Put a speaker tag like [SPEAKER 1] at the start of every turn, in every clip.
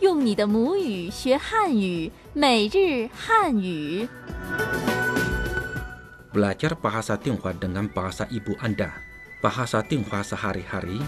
[SPEAKER 1] 用你的母语学汉语，每日汉语。
[SPEAKER 2] Belajar bahasa Tionghoa dengan bahasa ibu Anda. Bahasa Tionghoa sehari-hari.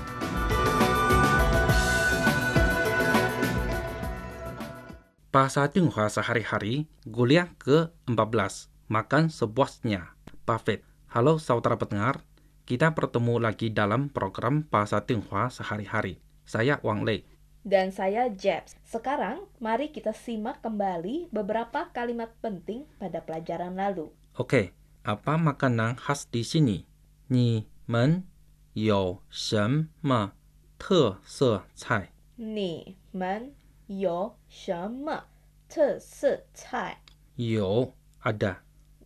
[SPEAKER 2] Bahasa Tionghoa sehari-hari, kuliah ke-14. Makan sepuasnya. Buffet. Halo saudara pendengar, kita bertemu lagi dalam program Bahasa Tionghoa sehari-hari. Saya Wang Lei.
[SPEAKER 3] Dan saya Jeps. Sekarang, mari kita simak kembali beberapa kalimat penting pada pelajaran lalu.
[SPEAKER 2] Oke, apa makanan khas di sini? 你们有什么特色菜？
[SPEAKER 3] 你们有什么特色菜？
[SPEAKER 2] 有 ada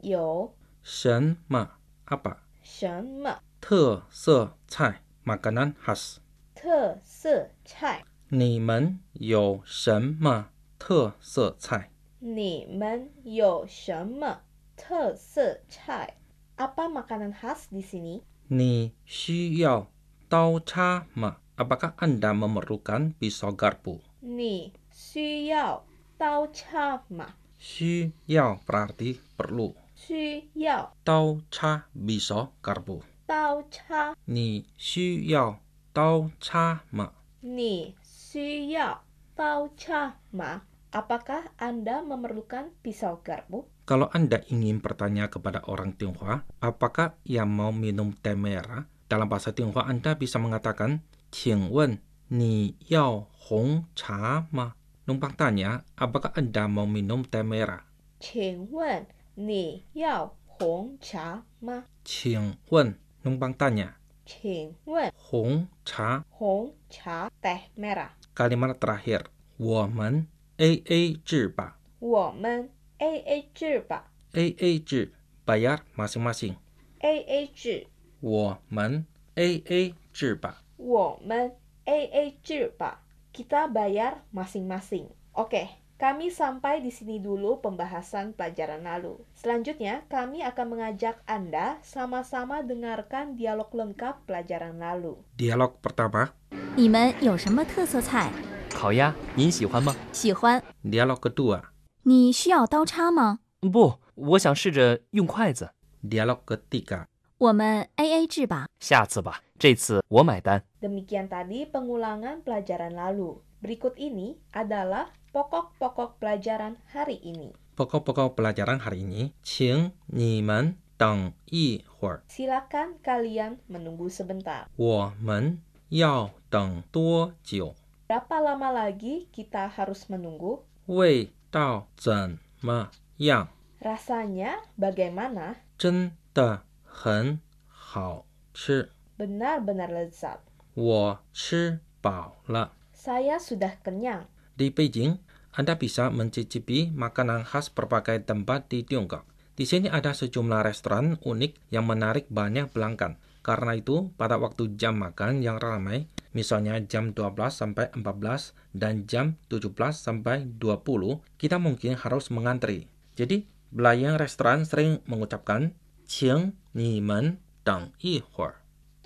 [SPEAKER 3] 有
[SPEAKER 2] 什么 apa
[SPEAKER 3] 什么
[SPEAKER 2] 特色菜 makanan khas？
[SPEAKER 3] 特色菜？
[SPEAKER 2] 你们有什么特色菜？
[SPEAKER 3] 你们有什么特色菜？Apa makanan khas di sini?
[SPEAKER 2] 你需要刀叉吗？Apakah Anda memerlukan pisau garpu?
[SPEAKER 3] 你需要刀叉吗？
[SPEAKER 2] 需要 berarti perlu.
[SPEAKER 3] 需要
[SPEAKER 2] Tau cha pisau garpu.
[SPEAKER 3] 刀叉？
[SPEAKER 2] Ni xu yao tau cha ma.
[SPEAKER 3] 你需要刀叉吗？Apakah Anda memerlukan pisau garpu?
[SPEAKER 2] Kalau Anda ingin bertanya kepada orang Tionghoa, apakah ia mau minum teh merah? Dalam bahasa Tionghoa Anda bisa mengatakan, 请问你要红茶吗 Numpang tanya, apakah Anda mau minum teh merah?
[SPEAKER 3] 请问你要红茶吗？
[SPEAKER 2] 请问 numpang tanya,
[SPEAKER 3] 请问
[SPEAKER 2] hong cha
[SPEAKER 3] 红茶 teh merah，
[SPEAKER 2] kalimat terakhir, 我们 AA 制吧
[SPEAKER 3] 我们 A A 制吧
[SPEAKER 2] ，AA 制 bayar masing-masing,
[SPEAKER 3] ，A A 制，
[SPEAKER 2] 我们 AA 制吧。
[SPEAKER 3] 我们 A A 制吧，kita bayar masing-masing. Oke, kami sampai di sini dulu pembahasan pelajaran lalu. Selanjutnya, kami akan mengajak Anda sama-sama dengarkan dialog lengkap pelajaran lalu.
[SPEAKER 2] Dialog pertama,
[SPEAKER 1] 你们有什么特色菜？
[SPEAKER 4] 烤鸭，您喜欢吗？
[SPEAKER 1] 喜欢。
[SPEAKER 2] dialog kedua,
[SPEAKER 1] 你需要刀叉吗？
[SPEAKER 4] 不，我想试着用筷子。
[SPEAKER 2] dialog ketiga,
[SPEAKER 1] 我们 A A 制吧。
[SPEAKER 4] 下次吧，这次我买单。
[SPEAKER 3] Demikian tadi pengulangan pelajaran lalu. Berikut ini adalah pokok-pokok pelajaran hari ini.
[SPEAKER 2] pokok-pokok pelajaran hari ini, 请你们等一会儿，
[SPEAKER 3] Silakan kalian menunggu sebentar.
[SPEAKER 2] 我们要等多久？
[SPEAKER 3] Berapa lama lagi kita harus menunggu?
[SPEAKER 2] 味道怎么样？
[SPEAKER 3] Rasanya bagaimana?
[SPEAKER 2] 真的很好吃，
[SPEAKER 3] Benar-benar lezat.
[SPEAKER 2] 我吃饱了。
[SPEAKER 3] Saya sudah kenyang.
[SPEAKER 2] Di Beijing, Anda bisa mencicipi makanan khas berbagai tempat di Tiongkok. Di sini ada sejumlah restoran unik yang menarik banyak pelanggan. Karena itu, pada waktu jam makan yang ramai, misalnya jam 12 sampai 14 dan jam 17 sampai 20, kita mungkin harus mengantri. Jadi, belayang restoran sering mengucapkan, 请你们等一会儿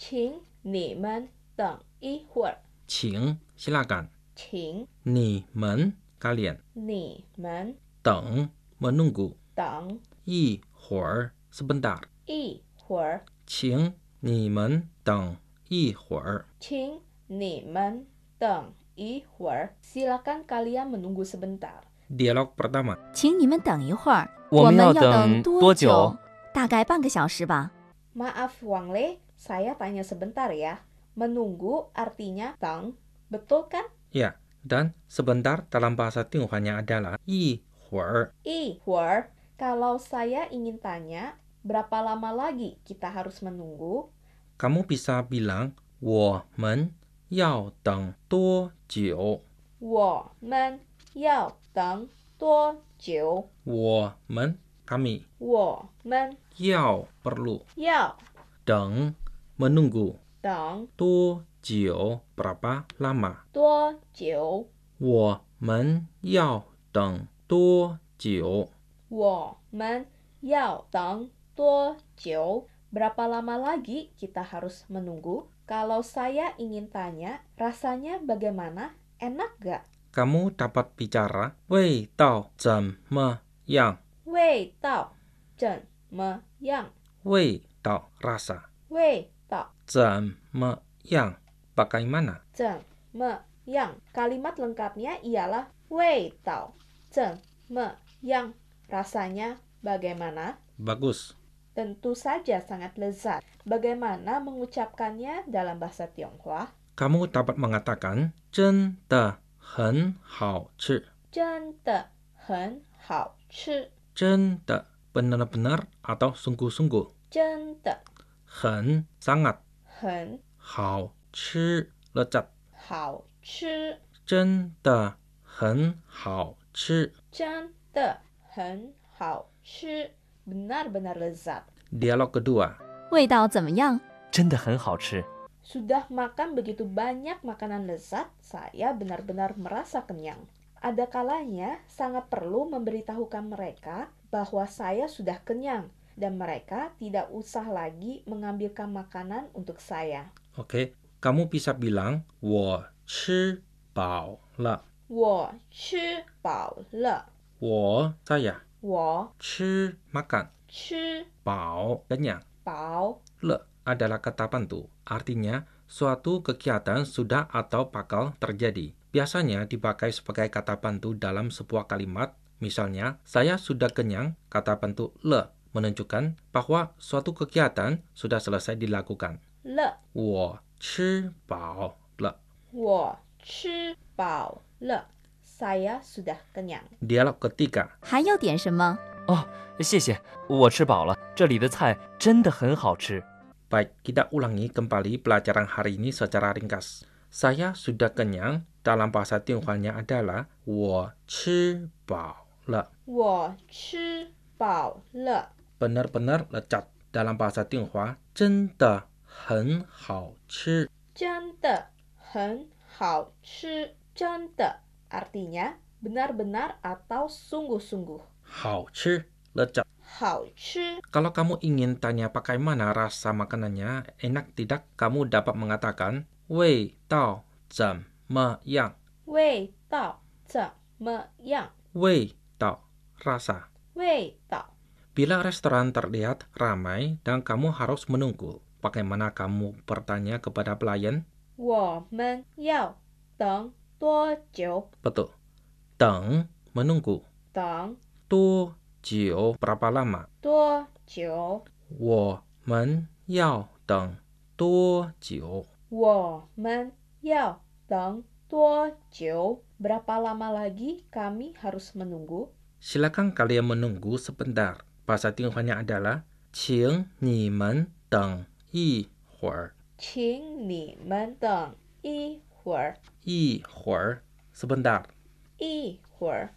[SPEAKER 3] Qing ni men teng i huer.
[SPEAKER 2] 请 silakan,
[SPEAKER 3] Qing
[SPEAKER 2] 你们 kalian,
[SPEAKER 3] ni men
[SPEAKER 2] 等 menunggu,
[SPEAKER 3] teng
[SPEAKER 2] 一会儿 sebentar.
[SPEAKER 3] i huer.
[SPEAKER 2] 请你们等一会儿。
[SPEAKER 3] Qing ni men teng i huer. Silakan kalian menunggu sebentar.
[SPEAKER 2] Dialog pertama.
[SPEAKER 1] 请你们等一会儿。
[SPEAKER 4] 我们要
[SPEAKER 1] 要
[SPEAKER 4] 等多
[SPEAKER 1] 多
[SPEAKER 4] 久？
[SPEAKER 1] 大概半个小时吧。
[SPEAKER 3] Maaf Wang Le, saya tanya sebentar ya. Menunggu artinya tang, betul kan?
[SPEAKER 2] Ya, dan sebentar dalam bahasa Tionghoanya adalah 一会儿。
[SPEAKER 3] I word. Kalau saya ingin tanya, berapa lama lagi kita harus menunggu?
[SPEAKER 2] Kamu bisa bilang 我们要等多久？
[SPEAKER 3] 我们要等多久？
[SPEAKER 2] 我们 kami
[SPEAKER 3] 我们
[SPEAKER 2] 要 perlu
[SPEAKER 3] 要
[SPEAKER 2] 等 menunggu
[SPEAKER 3] 等
[SPEAKER 2] 多久 berapa lama？
[SPEAKER 3] 多久？
[SPEAKER 2] 我们要等多久？
[SPEAKER 3] 我们要等多久？Berapa lama lagi kita harus menunggu? Kalau saya ingin tanya, rasanya bagaimana? Enak gak?
[SPEAKER 2] Kamu dapat bicara wei tao zem me yang
[SPEAKER 3] 味道怎么样？
[SPEAKER 2] wei tao rasa
[SPEAKER 3] 味道
[SPEAKER 2] zem me yang bagaimana
[SPEAKER 3] 怎么样？Kalimat lengkapnya ialah 味道怎么样？Rasanya bagaimana?
[SPEAKER 2] bagus
[SPEAKER 3] Tentu saja sangat lezat. Bagaimana mengucapkannya dalam bahasa Tionghoa?
[SPEAKER 2] kamu dapat mengatakan jen de hen hao chi
[SPEAKER 3] 真的很好吃。
[SPEAKER 2] jen de benar-benar atau sungguh-sungguh
[SPEAKER 3] 真的
[SPEAKER 2] hen sangat
[SPEAKER 3] 很
[SPEAKER 2] hao chi lezat
[SPEAKER 3] 好吃，
[SPEAKER 2] jen de hen hao chi
[SPEAKER 3] 真的很好吃，benar-benar lezat.
[SPEAKER 2] dialog kedua
[SPEAKER 1] 味道怎么样？
[SPEAKER 4] 真的很好吃。
[SPEAKER 3] Sudah makan begitu banyak makanan lezat, saya benar-benar merasa kenyang. Ada kalanya sangat perlu memberitahukan mereka bahwa saya sudah kenyang dan mereka tidak usah lagi mengambilkan makanan untuk saya.
[SPEAKER 2] Oke, kamu bisa bilang 我吃饱了。
[SPEAKER 3] 我吃饱了。我
[SPEAKER 2] 我 saya 吃 makan
[SPEAKER 3] 吃
[SPEAKER 2] 饱 kenyang
[SPEAKER 3] 饱
[SPEAKER 2] le adalah kata bantu. Artinya suatu kegiatan sudah atau bakal terjadi. Biasanya dipakai sebagai kata bantu dalam sebuah kalimat. Misalnya, saya sudah kenyang, kata bantu le menunjukkan bahwa suatu kegiatan sudah selesai dilakukan.
[SPEAKER 3] 了，
[SPEAKER 2] 我吃饱了。
[SPEAKER 3] 我吃饱了。Saya sudah kenyang.
[SPEAKER 2] Dialog ketiga.
[SPEAKER 1] 还要点什么？
[SPEAKER 4] 谢谢，我吃饱了。这里的菜真的很好吃。
[SPEAKER 2] Baik, kita ulangi kembali pelajaran hari ini secara ringkas. Saya sudah kenyang dalam bahasa Tionghoa-nya adalah 我吃饱了.
[SPEAKER 3] 我吃饱了，
[SPEAKER 2] Benar-benar lecat. Dalam bahasa Tionghoa, 真的很好吃.
[SPEAKER 3] 真的很好吃。真的 artinya benar-benar atau sungguh-sungguh.
[SPEAKER 2] 好吃 lecat.
[SPEAKER 3] 好吃
[SPEAKER 2] Kalau kamu ingin tanya pakai mana rasa makanannya, enak tidak kamu dapat mengatakan 味道怎么样?
[SPEAKER 3] 味道怎么样？
[SPEAKER 2] 味道 rasa.
[SPEAKER 3] 味道
[SPEAKER 2] Bila restoran terlihat ramai dan kamu harus menunggu, bagaimana kamu bertanya kepada pelayan?
[SPEAKER 3] 我们要等多久？
[SPEAKER 2] Betul. Teng menunggu.
[SPEAKER 3] 等
[SPEAKER 2] Tu jiu berapa lama?
[SPEAKER 3] 多久？
[SPEAKER 2] Wo men yao teng tu jiu.
[SPEAKER 3] 我们要等多久？Berapa lama lagi kami harus menunggu?
[SPEAKER 2] Silakan kalian menunggu sebentar. Bahasa Tionghoa-nya adalah Qing ni men teng yi huer.
[SPEAKER 3] 请你们等一会儿，
[SPEAKER 2] Yi huer sebentar.
[SPEAKER 3] 一会儿。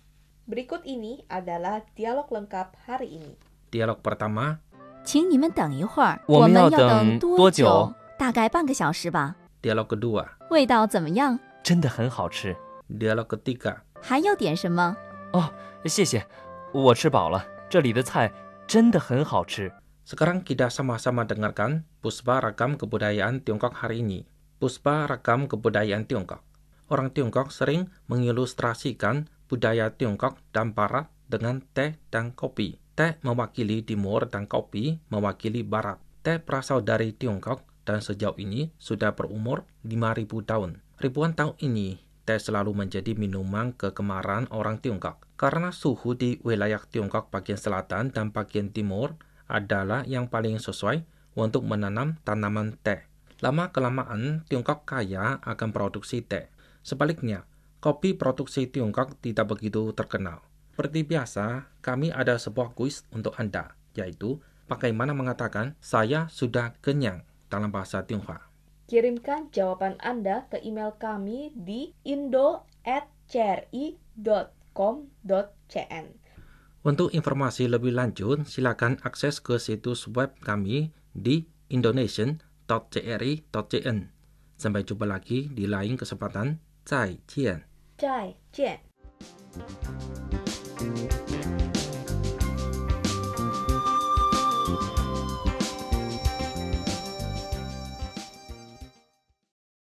[SPEAKER 3] Berikut ini adalah dialog lengkap hari ini.
[SPEAKER 2] Dialog pertama,
[SPEAKER 1] 请你们等一会儿。
[SPEAKER 4] 我们要
[SPEAKER 1] 要
[SPEAKER 4] 等多
[SPEAKER 1] 多
[SPEAKER 4] 久？
[SPEAKER 1] 大概半个小时吧。
[SPEAKER 2] dialog kedua,
[SPEAKER 1] 味道怎么样？
[SPEAKER 4] 真的很好吃。哦
[SPEAKER 2] dialog ketiga,
[SPEAKER 1] 还要点什么？
[SPEAKER 4] 谢谢，我吃饱了。这里的菜真的很好吃。
[SPEAKER 2] Sekarang kita sama-sama dengarkan Puspa Ragam Kebudayaan Tiongkok hari ini. Puspa Ragam Kebudayaan Tiongkok. Orang Tiongkok sering mengilustrasikan budaya Tiongkok dan Barat dengan teh dan kopi. Teh mewakili timur dan kopi mewakili barat. Teh berasal dari Tiongkok dan sejauh ini sudah berumur 5000 tahun. Ribuan tahun ini, teh selalu menjadi minuman kegemaran orang Tiongkok. Karena suhu di wilayah Tiongkok bagian selatan dan bagian timur adalah yang paling sesuai untuk menanam tanaman teh. Lama kelamaan, Tiongkok kaya akan produksi teh. Sebaliknya, kopi produksi Tiongkok tidak begitu terkenal. Seperti biasa, kami ada sebuah kuis untuk Anda, yaitu bagaimana mengatakan saya sudah kenyang dalam bahasa Tionghoa.
[SPEAKER 3] Kirimkan jawaban Anda ke email kami di indo@cri.com.cn.
[SPEAKER 2] Untuk informasi lebih lanjut, silakan akses ke situs web kami di indonesian.cri.cn. Sampai jumpa lagi di lain kesempatan. 再见。
[SPEAKER 3] 再见。